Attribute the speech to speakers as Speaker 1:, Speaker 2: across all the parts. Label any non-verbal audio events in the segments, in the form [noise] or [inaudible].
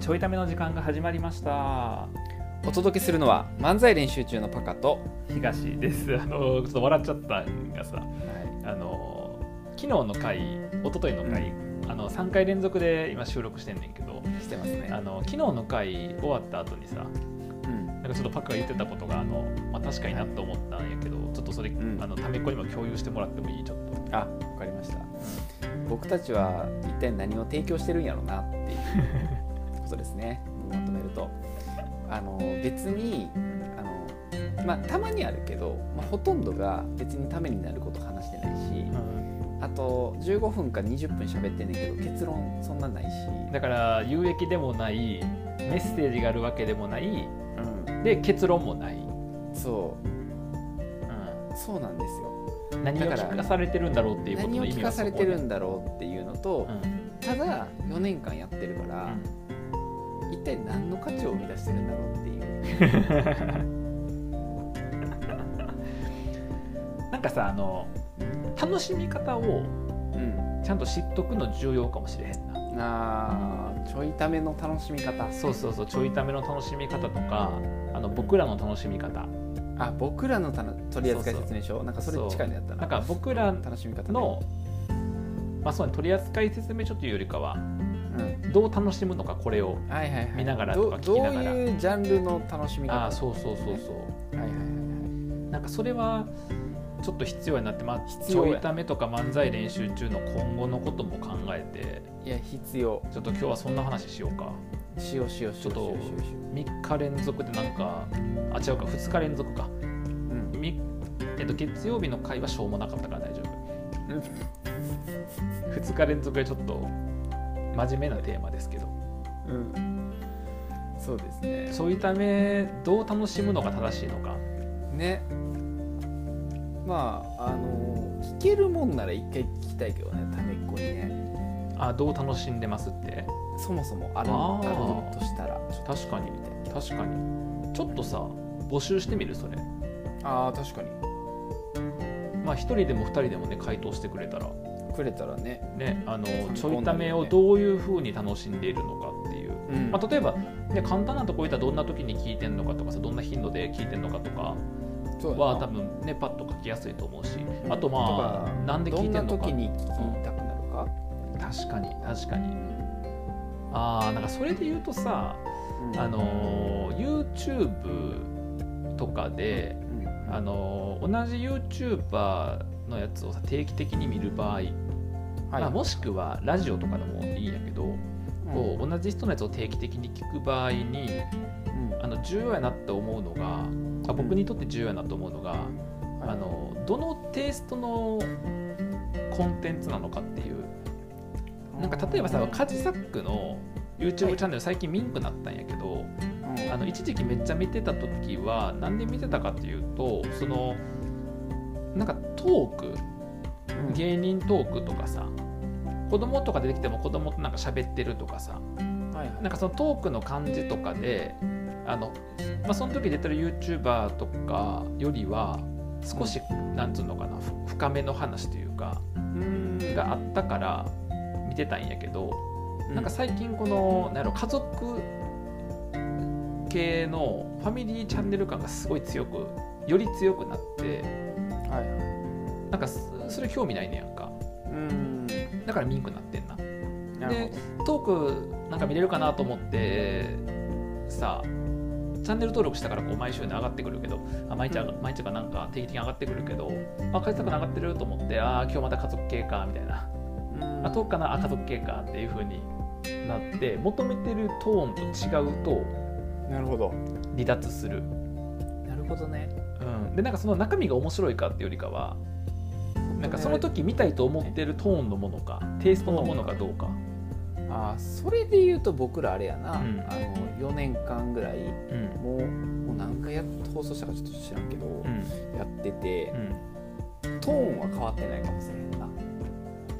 Speaker 1: ちょいための時間が始まりました
Speaker 2: お届けするのは漫才練習中のパカと、
Speaker 1: 東です [laughs] あのちょっと笑っちゃったんがさあの昨日の回一昨日の回、あの3回連続で今収録してんねんけど
Speaker 2: してます
Speaker 1: あ
Speaker 2: ね。
Speaker 1: の昨日の回終わった後にさ
Speaker 2: うん、
Speaker 1: なんかちょっとパクが言ってたことがあの、まあ、確かになと思ったんやけどちょっとそれ、
Speaker 2: ん
Speaker 1: あのためっこにも共有してもらってもいいちょっと
Speaker 2: あ、わかりました。僕たちは一体何を提供してるんやろうなってい
Speaker 1: [laughs]
Speaker 2: うことですね。まとめると、あの別にあのまあたまにあるけど、まあ、ほとんどが別にためになること話してないし、あと15分か20分喋ってんねんけど結論そんなないし、
Speaker 1: だから有益でもないメッセージがあるわけでもない
Speaker 2: うん、
Speaker 1: で結論もない、
Speaker 2: そうそうなんですよ。
Speaker 1: 何を
Speaker 2: だから
Speaker 1: 聞かされてるんだろうっていうこと
Speaker 2: 何
Speaker 1: の
Speaker 2: を
Speaker 1: 意味
Speaker 2: 聞
Speaker 1: が
Speaker 2: か
Speaker 1: そ
Speaker 2: さ
Speaker 1: こ
Speaker 2: れ
Speaker 1: で
Speaker 2: てるんだろうっていうのと、ただ4年間やってるから。一体何の価値を生み出してるんだろうっていう、
Speaker 1: うんなんかさあの楽しみ方を
Speaker 2: う
Speaker 1: ちゃんと知っとくの重要かもしれへんな。
Speaker 2: ん、あーちょいための楽しみ方
Speaker 1: そうそうそうちょいための楽しみ方とかあの僕らの楽しみ方
Speaker 2: あ僕らのたの取り扱い説明書なんかそれ
Speaker 1: そう
Speaker 2: 近いのやったな
Speaker 1: なんか僕ら
Speaker 2: 楽しみ方ね、
Speaker 1: の、まあ、そうね取扱説明書というよりかは
Speaker 2: うん、
Speaker 1: どう楽しむのかこれを
Speaker 2: はいはいはい
Speaker 1: 見ながらと
Speaker 2: ど
Speaker 1: か
Speaker 2: う
Speaker 1: 聞き
Speaker 2: ど
Speaker 1: な
Speaker 2: う
Speaker 1: がら
Speaker 2: いうジャンルの楽しみ方
Speaker 1: ああそうそうそうそう
Speaker 2: はいはいはい
Speaker 1: なんかそれはちょっと必要になってまあ
Speaker 2: 必
Speaker 1: ち
Speaker 2: 要
Speaker 1: ょ
Speaker 2: や
Speaker 1: いためとか漫才練習中の今後のことも考えて
Speaker 2: はいいや必要
Speaker 1: ちょっと今日はそんな話しようか
Speaker 2: しようしようし
Speaker 1: ち
Speaker 2: よう
Speaker 1: ょっと
Speaker 2: しようしよ
Speaker 1: 3日連続でなんかあ違うか2日連続か、
Speaker 2: ううん
Speaker 1: みえっと、月曜日の回はしょうもなかったから大丈夫2日連続でちょっと真面目なテーマですけど
Speaker 2: うん、うん、そうですね
Speaker 1: そういうためどう楽しむのが正しいのか
Speaker 2: ねまああの聞けるもんなら一回聞きたいけどねためっこにね
Speaker 1: あどう楽しんでますって
Speaker 2: そもそもある
Speaker 1: あ
Speaker 2: あ
Speaker 1: ー
Speaker 2: るとしたら
Speaker 1: 確かに確かにちょっとさ募集してみるそれ
Speaker 2: ああ確かに
Speaker 1: まあ1人でも2人でもね回答してくれたら
Speaker 2: くれたらね、
Speaker 1: ねあの
Speaker 2: 参考になるよね
Speaker 1: ちょいためをどういうふうに楽しんでいるのかっていう
Speaker 2: うん
Speaker 1: まあ、例えば、ね、簡単なとこ言ったらどんな時に聞いてんのかとかさどんな頻度で聞いてんのかとか
Speaker 2: そうだな
Speaker 1: は多分ねパッと書きやすいと思うしあと
Speaker 2: と
Speaker 1: ま
Speaker 2: か
Speaker 1: あなんで聞いてんの
Speaker 2: ど
Speaker 1: か
Speaker 2: んな時に聞きたくなるか、
Speaker 1: 確かに確かにあーなんかそれで言うとさ
Speaker 2: うん
Speaker 1: あ、のー YouTube とかで
Speaker 2: うん
Speaker 1: あのー同じ YouTuber のやつをさ定期的に見る場合、
Speaker 2: はい
Speaker 1: まあ、もしくはラジオとかでもいいんやけど、こう同じ人のやつを定期的に聞く場合に
Speaker 2: うん
Speaker 1: あの重要やなって思うのがあ僕にとって重要やなと思うのが、
Speaker 2: はい
Speaker 1: あのどのテイストのコンテンツなのかっていうなんか例えばさカジサックの YouTube チャンネル最近ミンクなったんやけど
Speaker 2: うん
Speaker 1: あの一時期めっちゃ見てた時はなんで見てたかっていうとそのなんかトーク
Speaker 2: うん
Speaker 1: 芸人トークとかさ子供とか出てきても子供となんか喋ってるとかさ
Speaker 2: はいはい
Speaker 1: なんかそのトークの感じとかであの、まあ、その時出てる YouTuber とかよりは少し、なんつうのかなふ深めの話というか
Speaker 2: うん
Speaker 1: があったから見てたんやけど、
Speaker 2: う
Speaker 1: なんか最近このなんやろ家族系のファミリーチャンネル感がすごい強くより強くなって
Speaker 2: はいはい
Speaker 1: なんかすそれ興味ないねやんか
Speaker 2: うん
Speaker 1: だからミンクなってんな。
Speaker 2: なるほ
Speaker 1: トークなんか見れるかなと思ってさチャンネル登録したからこう毎週に上がってくるけどあ毎日上が毎日かなんか定期的に上がってくるけどあ解作上がってると思ってあー今日また家族系かみたいな
Speaker 2: どうん
Speaker 1: あトークかなあ家族系かっていう風になって求めてるトーンと違うと
Speaker 2: なるほど
Speaker 1: 離脱する、
Speaker 2: なるほどね
Speaker 1: うん、でなんかその中身が面白いかっていうよりかはなんかその時見たいと思ってるトーンのものかテイストのものかどうか、
Speaker 2: あーそれで言うと僕らあれやな、
Speaker 1: うん
Speaker 2: あの4年間ぐらい
Speaker 1: うん
Speaker 2: もうもう何回やっ放送したかちょっと知らんけど、
Speaker 1: うん
Speaker 2: やってて
Speaker 1: う、ん、
Speaker 2: トーンは変わってないかもしれんな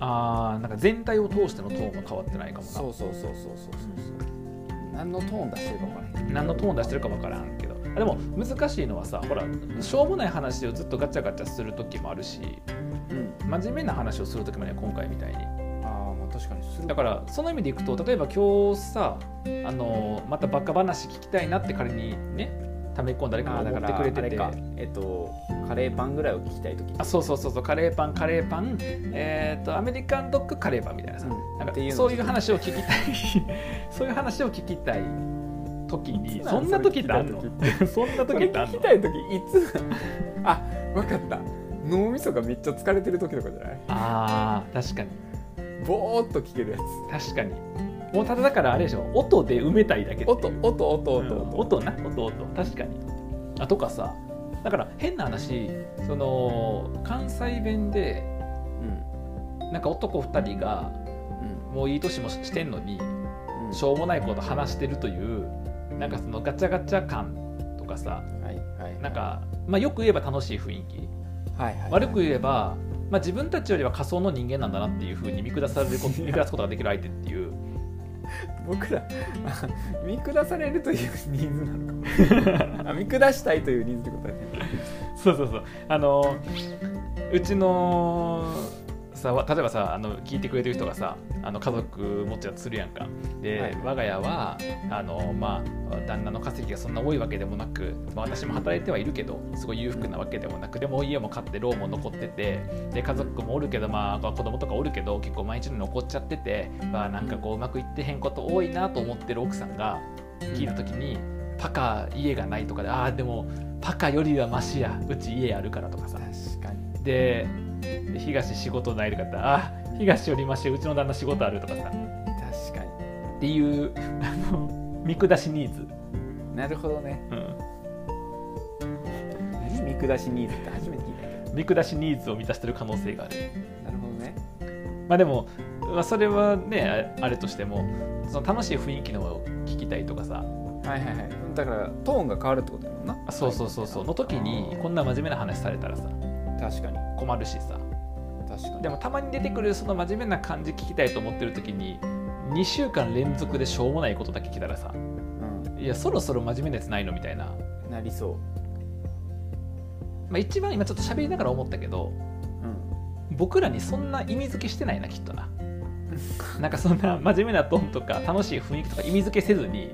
Speaker 1: あーなんか全体を通してのトーンは変わってないかもな
Speaker 2: そうそうそうそうそうそうそう何のトーン出してるか分からへんけど
Speaker 1: 何のトーン出してるかわからんけどあでも難しいのはさほらしょうもない話をずっとガチャガチャする時もあるし
Speaker 2: うん
Speaker 1: 真面目な話をする時もね今回みたいに
Speaker 2: ああまあ確かかにする
Speaker 1: だからその意味でいくと例えば今日さあのまたバカ話聞きたいなって仮にね溜め込んだ
Speaker 2: あ
Speaker 1: 誰かが
Speaker 2: ーだ
Speaker 1: 思
Speaker 2: か
Speaker 1: って
Speaker 2: ら
Speaker 1: くれて
Speaker 2: あ
Speaker 1: て
Speaker 2: れかえっとカレーパンぐらいを聞きたい時
Speaker 1: あそうそうそうそうカレーパンカレーパンえっ、とアメリカンドッグカレーパンみたいなさ、
Speaker 2: うん
Speaker 1: なん
Speaker 2: っていう
Speaker 1: か
Speaker 2: の
Speaker 1: そういう話を聞きたいそういう話を聞きたい時に
Speaker 2: いつな
Speaker 1: そ
Speaker 2: の
Speaker 1: んな時ってあんの
Speaker 2: それ
Speaker 1: そんな
Speaker 2: [laughs] そ
Speaker 1: 時
Speaker 2: れ
Speaker 1: ってあ
Speaker 2: 聞
Speaker 1: ん
Speaker 2: き
Speaker 1: の
Speaker 2: たい時いつ [laughs] あわかった脳みそがめっちゃ疲れてる時とかじゃない
Speaker 1: あー確かに
Speaker 2: ぼーっと聞けるやつ
Speaker 1: 確かにもうただだからあれでしょ音で埋めたいだけっていう
Speaker 2: 音音音
Speaker 1: うん
Speaker 2: 音音
Speaker 1: 音な音音確かにあとかさだから変な話その関西弁で
Speaker 2: うん
Speaker 1: なんか男2人が
Speaker 2: うん
Speaker 1: もういい年もしてんのに
Speaker 2: うん
Speaker 1: しょうもないこと話してるというなんかそのガチャガチャ感とかさ
Speaker 2: はいはい
Speaker 1: なんか、まあ、よく言えば楽しい雰囲気
Speaker 2: はいはい
Speaker 1: 悪く言えば、まあ、自分たちよりは仮想の人間なんだなっていうふうに見下されること
Speaker 2: [laughs]
Speaker 1: 見下すことができる相手っていう
Speaker 2: 僕ら [laughs] あ見下されるというニーズなのかも [laughs] あ見下したいというニーズってことだね
Speaker 1: そうそうそうあのうちのさわ例えばさあの聞いてくれてる人がさあの家族持ちやつするやんかで、
Speaker 2: はい
Speaker 1: 我が家はあの、まあ、旦那の稼ぎがそんな多いわけでもなく、まあ、私も働いてはいるけどすごい裕福なわけでもなくでも家も買ってローンも残っててで家族もおるけど、まあ、子供とかおるけど結構毎日のように怒っちゃってて、まあ、なんかこううまくいってへんこと多いなと思ってる奥さんが聞いた時に「パカ家がない」とかで「ああでもパカよりはマシやうち家あるから」とかさ
Speaker 2: 確かに
Speaker 1: で東仕事ないとかってあ東よりましうちの旦那仕事あるとかさ
Speaker 2: 確か
Speaker 1: っていうあの見下しニーズ、
Speaker 2: になるほどね
Speaker 1: うん
Speaker 2: 何見下しニーズって初めて聞いたけ
Speaker 1: 見下しニーズを満たしてる可能性がある
Speaker 2: どなるほどね
Speaker 1: まあでも、まあ、それはねああれとしてもその楽しい雰囲気のを聞きたいとかさ
Speaker 2: はいはいはいだからトーンが変わるってことだもんな
Speaker 1: あそうそうそうそうの時にこんな真面目な話されたらさ
Speaker 2: 確かに
Speaker 1: 困るしさ
Speaker 2: 確かに
Speaker 1: でもたまに出てくるその真面目な感じ聞きたいと思ってる時に2週間連続でしょうもないことだけ聞いたらさ
Speaker 2: う
Speaker 1: いやそろそろ真面目なやつないのみたいな、ま
Speaker 2: んなりそ
Speaker 1: あ、一番今ちょっと喋りながら思ったけど
Speaker 2: ううん
Speaker 1: 僕らにそんな意味付けしてないなきっと [laughs] ななんかそんな真面目なトーンとか楽しい雰囲気とか意味付けせずに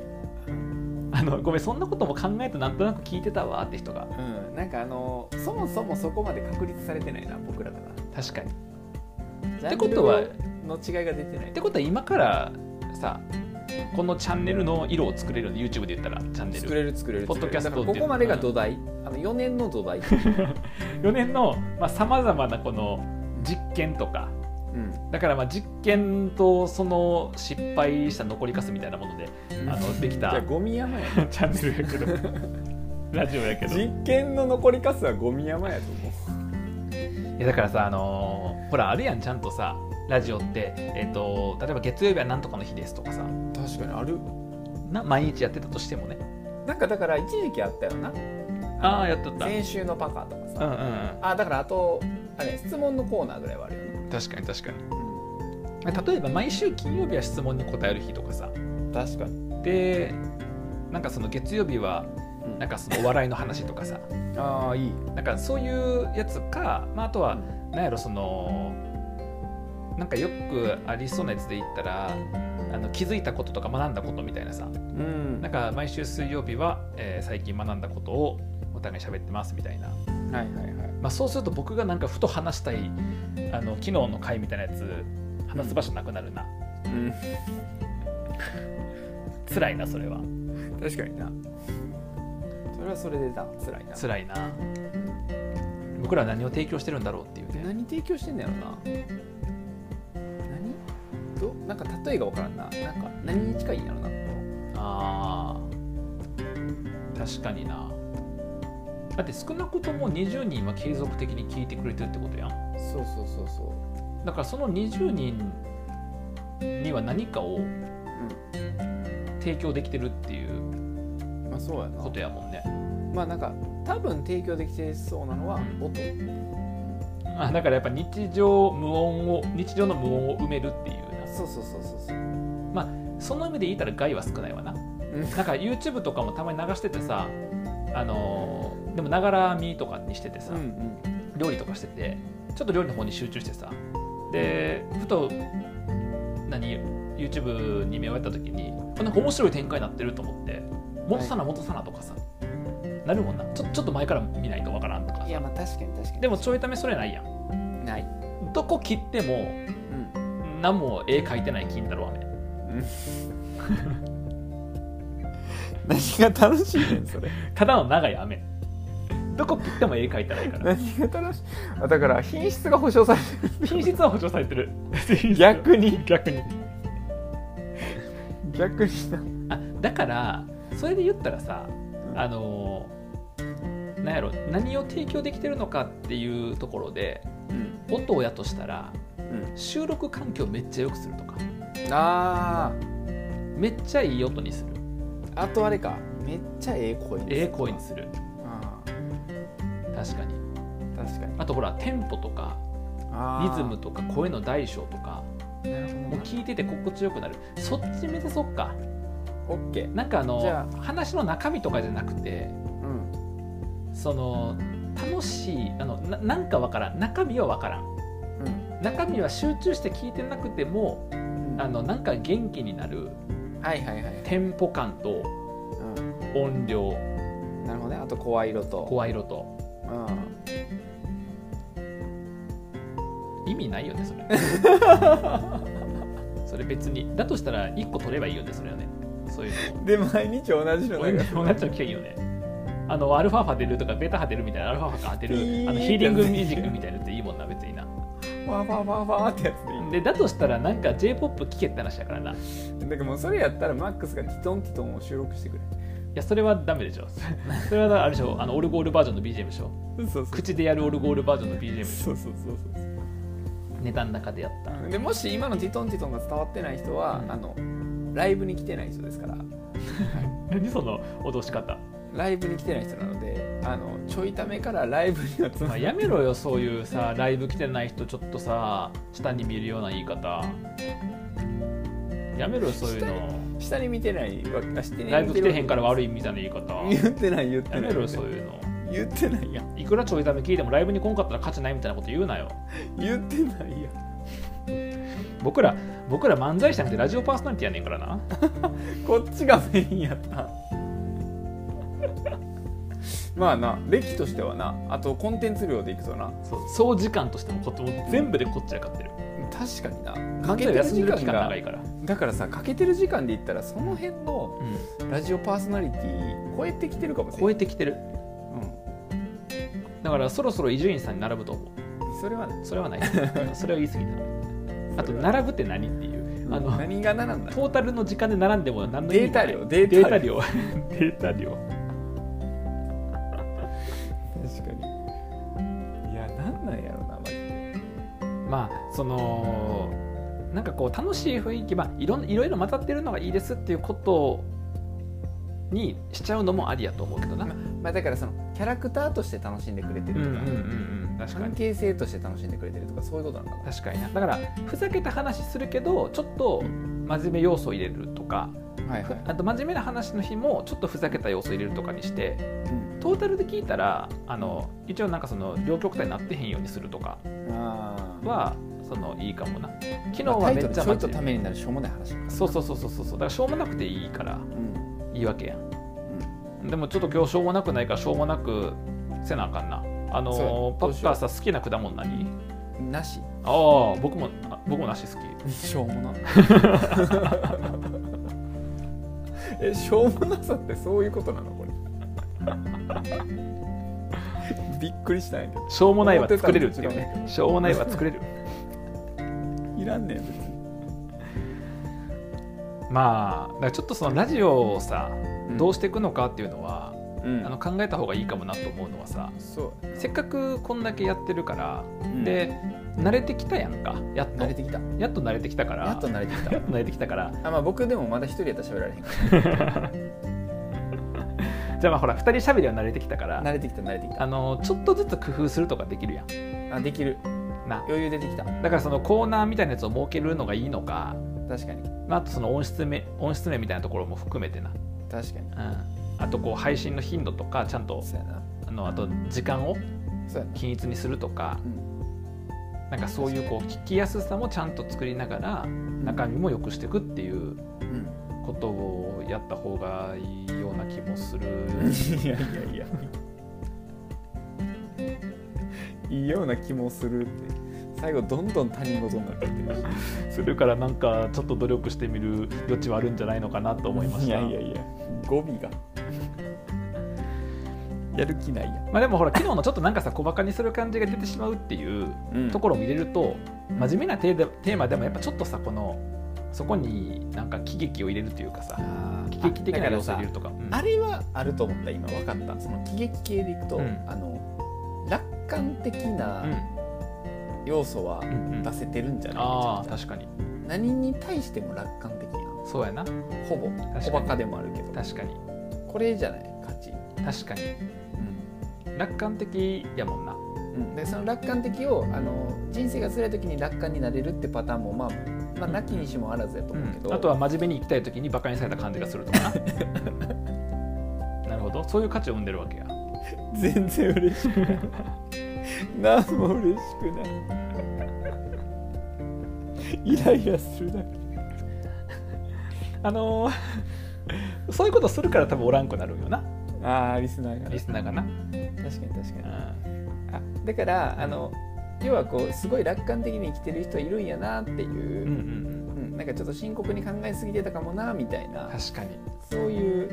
Speaker 1: あのごめんそんなことも考えてなんとなく聞いてたわって人が
Speaker 2: うんなんかあのそもそもそこまで確立されてないな僕らから
Speaker 1: 確かにっ
Speaker 2: って
Speaker 1: ことは
Speaker 2: の違いが出てない
Speaker 1: てことは今からさこのチャンネルの色を作れるの YouTube で言ったらチャンネ
Speaker 2: 作
Speaker 1: ル
Speaker 2: れる作れる
Speaker 1: ポッドキャスト
Speaker 2: だからここまでが土台あの4年の
Speaker 1: [laughs]
Speaker 2: 土台
Speaker 1: 4年のさまざ、まなこの実験とか
Speaker 2: うん
Speaker 1: だからまあ実験とその失敗した残りかすみたいなものであのでき
Speaker 2: じゃあ
Speaker 1: た
Speaker 2: ゴミ山や
Speaker 1: [laughs] チャンネルやけ [laughs] どラジオやけどい
Speaker 2: 実験の残りカスはゴミ山やと思
Speaker 1: やだからさあのーほらあるやんちゃんとさラジオって、えっと例えば月曜日は何とかの日ですとかさ
Speaker 2: う確かにある
Speaker 1: な毎日やってたとしてもね
Speaker 2: なんかだから一時期あったよな
Speaker 1: ああーやっとったうん
Speaker 2: 先週のパカとかさ、
Speaker 1: うんうん
Speaker 2: あだからあとあれ質問のコーナーぐらいはあるよね、
Speaker 1: 確かに確かに例えば毎週金曜日は質問に答える日とかさ
Speaker 2: 確かに、
Speaker 1: でなんかその月曜日は
Speaker 2: うん
Speaker 1: なんかそのお笑いの話とかさ
Speaker 2: ああいい、
Speaker 1: なんかそういうやつか、まあ、あとはなんやろそのなんかよくありそうなやつで言ったらあの気づいたこととか学んだことみたいなさ
Speaker 2: うん
Speaker 1: なんか毎週水曜日は、えー最近学んだことをお互い喋ってますみたいな、
Speaker 2: はいはいはい
Speaker 1: まあ、そうすると僕がなんかふと話したいあの昨日の回みたいなやつ話す場所なくなるな、
Speaker 2: うん
Speaker 1: 辛いなそれは
Speaker 2: 確かになそれはそれでだ辛いな
Speaker 1: 辛いな僕らは何を提供してるんだろうっていうね
Speaker 2: 何提供してんだよな何どなんか例えが分からんななんか何に近いんやろなこの
Speaker 1: あー確かになだって少なくとも20人は継続的に聞いてくれてるってことやん
Speaker 2: そうそうそうそう
Speaker 1: だからその20人には何かを提供できてるっていう
Speaker 2: うんまあそうやな
Speaker 1: ことやもんね [laughs]
Speaker 2: まあなんか多分提供できてそうなのは
Speaker 1: うん
Speaker 2: 音
Speaker 1: あだからやっぱ日常無音を日常の無音を埋めるっていうな
Speaker 2: そうそうそうそうそう
Speaker 1: その意味で言ったら害は少ないわななん
Speaker 2: [laughs] ん
Speaker 1: か YouTube とかもたまに流しててさあのーでもながら見とかにしててさ、
Speaker 2: ん
Speaker 1: 料理とかしててちょっと料理の方に集中してさでふと何 YouTube に目をやった時にこんなんか面白い展開になってると思って戻さな戻さなとかさ、なるもんなちょちょっと前から見ないとわからんとか
Speaker 2: いやまあ確かに確かに
Speaker 1: でもちょいためそれないやん
Speaker 2: ない
Speaker 1: どこ切っても
Speaker 2: うん
Speaker 1: 何も絵描いてない金太郎飴
Speaker 2: 何が楽しいねんそ [laughs] れ
Speaker 1: ただの長い飴どこ切っても絵描いてない
Speaker 2: [laughs]
Speaker 1: から
Speaker 2: 何が楽しいあだから品質が保証されてる
Speaker 1: 品質は補助されて
Speaker 2: [laughs]
Speaker 1: る
Speaker 2: 逆に
Speaker 1: 逆
Speaker 2: [laughs]
Speaker 1: に
Speaker 2: 逆にな
Speaker 1: あだからそれで言ったらさ
Speaker 2: うん
Speaker 1: あのーなんやろ何を提供できてるのかっていうところで
Speaker 2: うん
Speaker 1: 音をやとしたら
Speaker 2: うん
Speaker 1: 収録環境めっちゃ良くするとか
Speaker 2: あ
Speaker 1: めっちゃいい音にする
Speaker 2: ああとあれかめっちゃええ声
Speaker 1: ええ声にする
Speaker 2: あ
Speaker 1: 確かに
Speaker 2: ー確かに
Speaker 1: あとほらテンポとかリ
Speaker 2: あー
Speaker 1: ズムとか声の大小とか
Speaker 2: なるほど
Speaker 1: もう
Speaker 2: な
Speaker 1: 聞いてて心地よくなるそっち目指そっか
Speaker 2: オッケー
Speaker 1: なんかあの
Speaker 2: じゃ
Speaker 1: 話の中身とかじゃなくて
Speaker 2: うん
Speaker 1: その楽しいあのななんかわからん中身はわからん中身は集中して聞いてなくても
Speaker 2: うん
Speaker 1: あのなんか元気になる
Speaker 2: はいはいはい、
Speaker 1: テンポ感と
Speaker 2: う
Speaker 1: 音量
Speaker 2: ん、なるほどねあと声色と
Speaker 1: 声色と
Speaker 2: うん、
Speaker 1: 意味ないよねそれ [laughs] それ別にだとしたら1個取ればいいよねそれはねそういうの
Speaker 2: で毎日同じ
Speaker 1: こういうのなっちゃう機会いいよねあのアルファ波出るとかベタ波出るみたいなアルファ波が当てる
Speaker 2: いい
Speaker 1: あのヒーリングミュージックみたいなやついいもんな別にな
Speaker 2: わわわわってやつでいいん
Speaker 1: でだとしたらなんか j p o p 聴けって話だからない
Speaker 2: だからもうそれやったらマックスがティトンティトンを収録してくれ
Speaker 1: やそれはダメでしょそれはあれでしょあのオルゴールバージョンの BGM でしょ
Speaker 2: そうそう
Speaker 1: 口でやるオルゴールバージョンの BGM でし
Speaker 2: そうそうそうそう
Speaker 1: ょネタの中でやった
Speaker 2: でもし今のティトンティトンが伝わってない人は、
Speaker 1: うん
Speaker 2: あのライブに来てない人ですから
Speaker 1: 何その脅し方、
Speaker 2: ライブに来てない人なのであのちょいためからライブにはつ
Speaker 1: まあ、やめろよそういうさライブ来てない人ちょっとさ下に見るような言い方やめろよそういうの
Speaker 2: 下に見てないわけして
Speaker 1: ライブ来てへんから
Speaker 2: 悪
Speaker 1: 悪いみたいな言い方
Speaker 2: 言ってない言ってな
Speaker 1: や
Speaker 2: い
Speaker 1: めろよそういうの
Speaker 2: 言ってないやん
Speaker 1: いくらちょいダメ聞いてもライブに来んかったら価値ないみたいなこと言うなよ
Speaker 2: 言ってないやん
Speaker 1: 僕ら僕ら漫才師じゃなくてラジオパーソナリティやねんからな
Speaker 2: こっちがメインやったまあな歴史としてはなあとコンテンツ量でいくぞな
Speaker 1: そう総時間としてもこっちも全部でこっちは勝ってる
Speaker 2: 確かになか
Speaker 1: 漫
Speaker 2: け
Speaker 1: 才を
Speaker 2: てる
Speaker 1: 休ん
Speaker 2: 時
Speaker 1: でる期間
Speaker 2: 間が
Speaker 1: 長いから、
Speaker 2: だからさかけてる時間で言ったらその辺の
Speaker 1: うん
Speaker 2: ラジオパーソナリティ超えてきてるかもしれな
Speaker 1: 超
Speaker 2: い
Speaker 1: えてきてるだからそろそろ伊集院さんに並ぶと思う
Speaker 2: うん、それはね
Speaker 1: それはないそれは言い過ぎた
Speaker 2: [laughs]
Speaker 1: あと並ぶって何っていうあの
Speaker 2: 何が何なんだ
Speaker 1: トータルの時間で並んでも何の意味もない
Speaker 2: データ
Speaker 1: データ量 [laughs] データ量
Speaker 2: 確かにいや何なんやろなマジで
Speaker 1: まあそのなんかこう楽しい雰囲気、まあ、いろんいろいろ混ざってるのがいいですっていうことにしちゃうのもありやと思うけどな。うん
Speaker 2: まあだからそのキャラクターとして楽しんでくれてるとか、
Speaker 1: うん確か
Speaker 2: 関
Speaker 1: に
Speaker 2: 係性として楽しんでくれてるとかそういうことなのかな
Speaker 1: 確かになだからふざけた話するけどちょっと真面目要素を入れるとか
Speaker 2: はい
Speaker 1: ふあと真面目な話の日もちょっとふざけた要素を入れるとかにして
Speaker 2: うん
Speaker 1: トータルで聞いたらあの一応なんかその両極端になってへんようにするとか
Speaker 2: あー
Speaker 1: はそのいいかもな昨日
Speaker 2: まあ
Speaker 1: は
Speaker 2: タイ
Speaker 1: め
Speaker 2: ト
Speaker 1: っ
Speaker 2: ル
Speaker 1: ち
Speaker 2: ち
Speaker 1: ゃ
Speaker 2: ょ
Speaker 1: 真
Speaker 2: っとた
Speaker 1: 面目
Speaker 2: めになるしょうもない話
Speaker 1: そうそうそうそうそうそうだからしょうもなくていいから
Speaker 2: うん
Speaker 1: いいわけやんでもちょっと今日しょうもなくないからしょうもなくせなあかんな。あ
Speaker 2: そ
Speaker 1: の
Speaker 2: うや
Speaker 1: ーパ
Speaker 2: どうし
Speaker 1: ッ
Speaker 2: よ
Speaker 1: カ
Speaker 2: う
Speaker 1: ーさ好きな果物何
Speaker 2: うんなし
Speaker 1: ああ僕もあ僕も梨好き。
Speaker 2: [laughs] しょうもな [laughs] えしょうもなさってそういうことなのこれ [laughs] びっくりしたんやけど
Speaker 1: しょうもないは作れるっていうね。しょうもないは作
Speaker 2: [laughs]
Speaker 1: れる。
Speaker 2: いらんねん別に
Speaker 1: まあだからちょっとそのラジオをさ
Speaker 2: うん
Speaker 1: どうしていくのかっていうのは、
Speaker 2: うん
Speaker 1: あの考えた方がいいかもなと思うのはさ
Speaker 2: そう
Speaker 1: せっかくこんだけやってるから、
Speaker 2: ん
Speaker 1: で慣れてきたやんかやっと
Speaker 2: 慣れてきた
Speaker 1: やっと慣れてきたから
Speaker 2: やっと慣れてきた
Speaker 1: やっと慣れてきたから
Speaker 2: あまあ僕でもまだ一人やったら喋られへんか
Speaker 1: じゃあまあほら2人喋りは慣れてきたからら
Speaker 2: 慣れてきた慣れてき
Speaker 1: あのちょっとずつ工夫するとかできるやん
Speaker 2: たあできる
Speaker 1: な
Speaker 2: 余裕出てきた
Speaker 1: だからそのコーナーみたいなやつを設けるのがいいのか、
Speaker 2: 確かに
Speaker 1: まあ、あとその音質め音質面みたいなところも含めてな、
Speaker 2: 確かに
Speaker 1: うん、あとこう配信の頻度とかちゃんと
Speaker 2: そうやな
Speaker 1: あのあと時間を
Speaker 2: そうやな
Speaker 1: 均一にするとか
Speaker 2: うん
Speaker 1: なんかそういうこう聞きやすさもちゃんと作りながら中身も良くしていくっていう
Speaker 2: うん
Speaker 1: ことをやった方がいいような気もする
Speaker 2: [laughs] いやいやいやいいような気もするって最後どんどん他人事になってってるし
Speaker 1: するからなんかちょっと努力してみる余地はあるんじゃないのかなと思いました
Speaker 2: いやいやいや語尾がやる気ないや
Speaker 1: まあ、でもほら昨日のちょっとなんかさ小バカにする感じが出てしまうっていう
Speaker 2: うん
Speaker 1: ところも入れると、真面目なテーマテーマでもやっぱちょっとさこのそこになんか喜劇を入れるというかさ
Speaker 2: あー
Speaker 1: 喜劇的な
Speaker 2: あだけ
Speaker 1: 要
Speaker 2: ど
Speaker 1: 素を
Speaker 2: さ
Speaker 1: 入れるとか、うん
Speaker 2: あれはあると思った今分かったその喜劇系でいくと、
Speaker 1: うん
Speaker 2: あの楽観的な要素は
Speaker 1: うんうんうん
Speaker 2: 出せてるんじゃない、
Speaker 1: あー
Speaker 2: めちゃくち
Speaker 1: 確かに
Speaker 2: ゃ何に対しても楽観的やん
Speaker 1: そうやな
Speaker 2: ほぼ
Speaker 1: に
Speaker 2: 小バカでもあるけど
Speaker 1: 確かに
Speaker 2: これじゃない価値、
Speaker 1: 確かに楽観的やもんな
Speaker 2: うん、でその楽観的をあの人生が辛い時に楽観になれるってパターンもまあまあなきにしもあらずやと思うけど、
Speaker 1: あとは真面目に行きたい時にバカにされた感じがするとかななるほどそういう価値を生んでるわけや
Speaker 2: 全然嬉しくない [laughs] 何も嬉しくない [laughs] イライラするだけ
Speaker 1: あのー [laughs] そういうことするから多分おらんくなるんよな
Speaker 2: ああリスナーが
Speaker 1: リ
Speaker 2: 確
Speaker 1: スナーがな、
Speaker 2: かに確かに
Speaker 1: う
Speaker 2: あだからあの要はこうすごい楽観的に生きてる人いるんやなってい
Speaker 1: ん、うんうん
Speaker 2: う、うんなんかちょっと深刻に考えすぎてたかもなみたい
Speaker 1: うん
Speaker 2: な
Speaker 1: 確かに
Speaker 2: そういう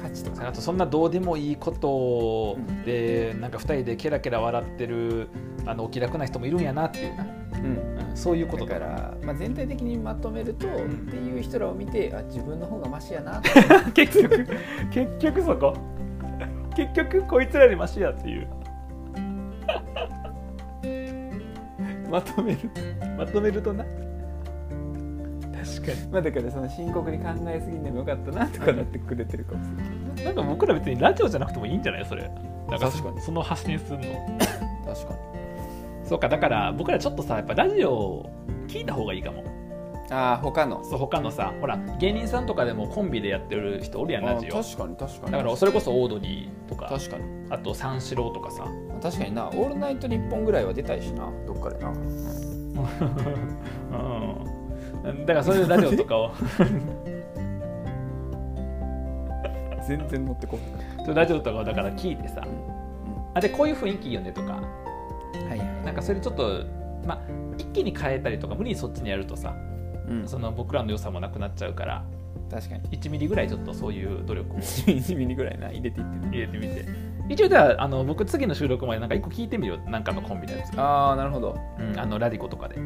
Speaker 2: 価値とか
Speaker 1: あとそんなどうでもいいことで、なんか2人でケラケラ笑ってるあのお気楽な人もいるんやなっていうな、
Speaker 2: うん
Speaker 1: うんそういうこと
Speaker 2: だ
Speaker 1: だ
Speaker 2: から、まあ、全体的にまとめると、
Speaker 1: ん
Speaker 2: っていう人らを見てあ自分の方がマシやなって
Speaker 1: 結局結局そこ結局こいつらよりマシやっていう
Speaker 2: [laughs] まとめると
Speaker 1: まとめるとな確か
Speaker 2: [laughs] まあだからその深刻に考えすぎんでもよかったなとかなってくれてるかもしれない
Speaker 1: になんか僕ら別にラジオじゃなくてもいいんじゃないそれなんか
Speaker 2: 確かに
Speaker 1: その発信するの
Speaker 2: 確かに
Speaker 1: そうかだから僕らちょっとさやっぱラジオ聞いた方がいいかも
Speaker 2: ああ他の
Speaker 1: そう他のさほら芸人さんとかでもコンビでやってる人おるやんラジオ
Speaker 2: 確かに確かに
Speaker 1: だからそれこそオードリーとか
Speaker 2: 確かに
Speaker 1: あと三四郎とか
Speaker 2: [laughs]
Speaker 1: さ
Speaker 2: 確かにな「オールナイトニッポン」ぐらいは出たいしなどっかでな
Speaker 1: うん、だからそういうラジオとかを
Speaker 2: 全然乗ってこ
Speaker 1: そういうラジオとかをだから聞いてさあでこういう雰囲気いいよねとか
Speaker 2: はいはい
Speaker 1: なんかそれちょっとまあ一気に変えたりとか無理にそっちにやるとさ
Speaker 2: うん
Speaker 1: その僕らの良さもなくなっちゃうから
Speaker 2: 確かに [laughs]
Speaker 1: 1ミリぐらいちょっとそういう努力を
Speaker 2: 1ミリぐらいな入れていって
Speaker 1: 入れてみて一応じゃああの僕次の収録までなんか1個聞いてみるよなんかのコンビのやつ、
Speaker 2: ああなるほど
Speaker 1: うん、あのラディコとかで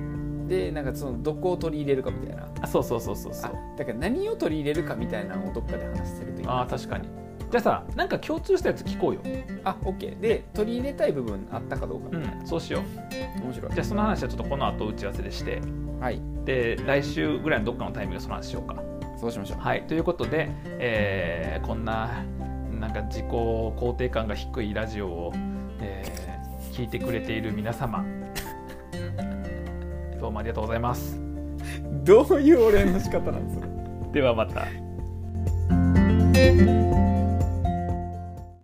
Speaker 2: でなんかそのどこを取り入れるかみたいな
Speaker 1: あそうそうそうそうそ
Speaker 2: あ
Speaker 1: う
Speaker 2: だから何を取り入れるかみたいなのをどっかで話してるといい
Speaker 1: ああー確かにじゃあさなんか共通したやつ聞こうよ
Speaker 2: あオッケーで取り入れたい部分あったかどうか、
Speaker 1: うんそうしよう
Speaker 2: 面白い
Speaker 1: じゃあその話はちょっとこの後打ち合わせでして
Speaker 2: はい
Speaker 1: で来週ぐらいのどっかのタイミングでその話しようか。
Speaker 2: そうしましょう
Speaker 1: はい、ということで、えーこんななんか自己肯定感が低いラジオを、えー聞いてくれている皆 [laughs] 様どうもありがとうございます。
Speaker 2: どういうお礼の仕方なんですか
Speaker 1: ではまた。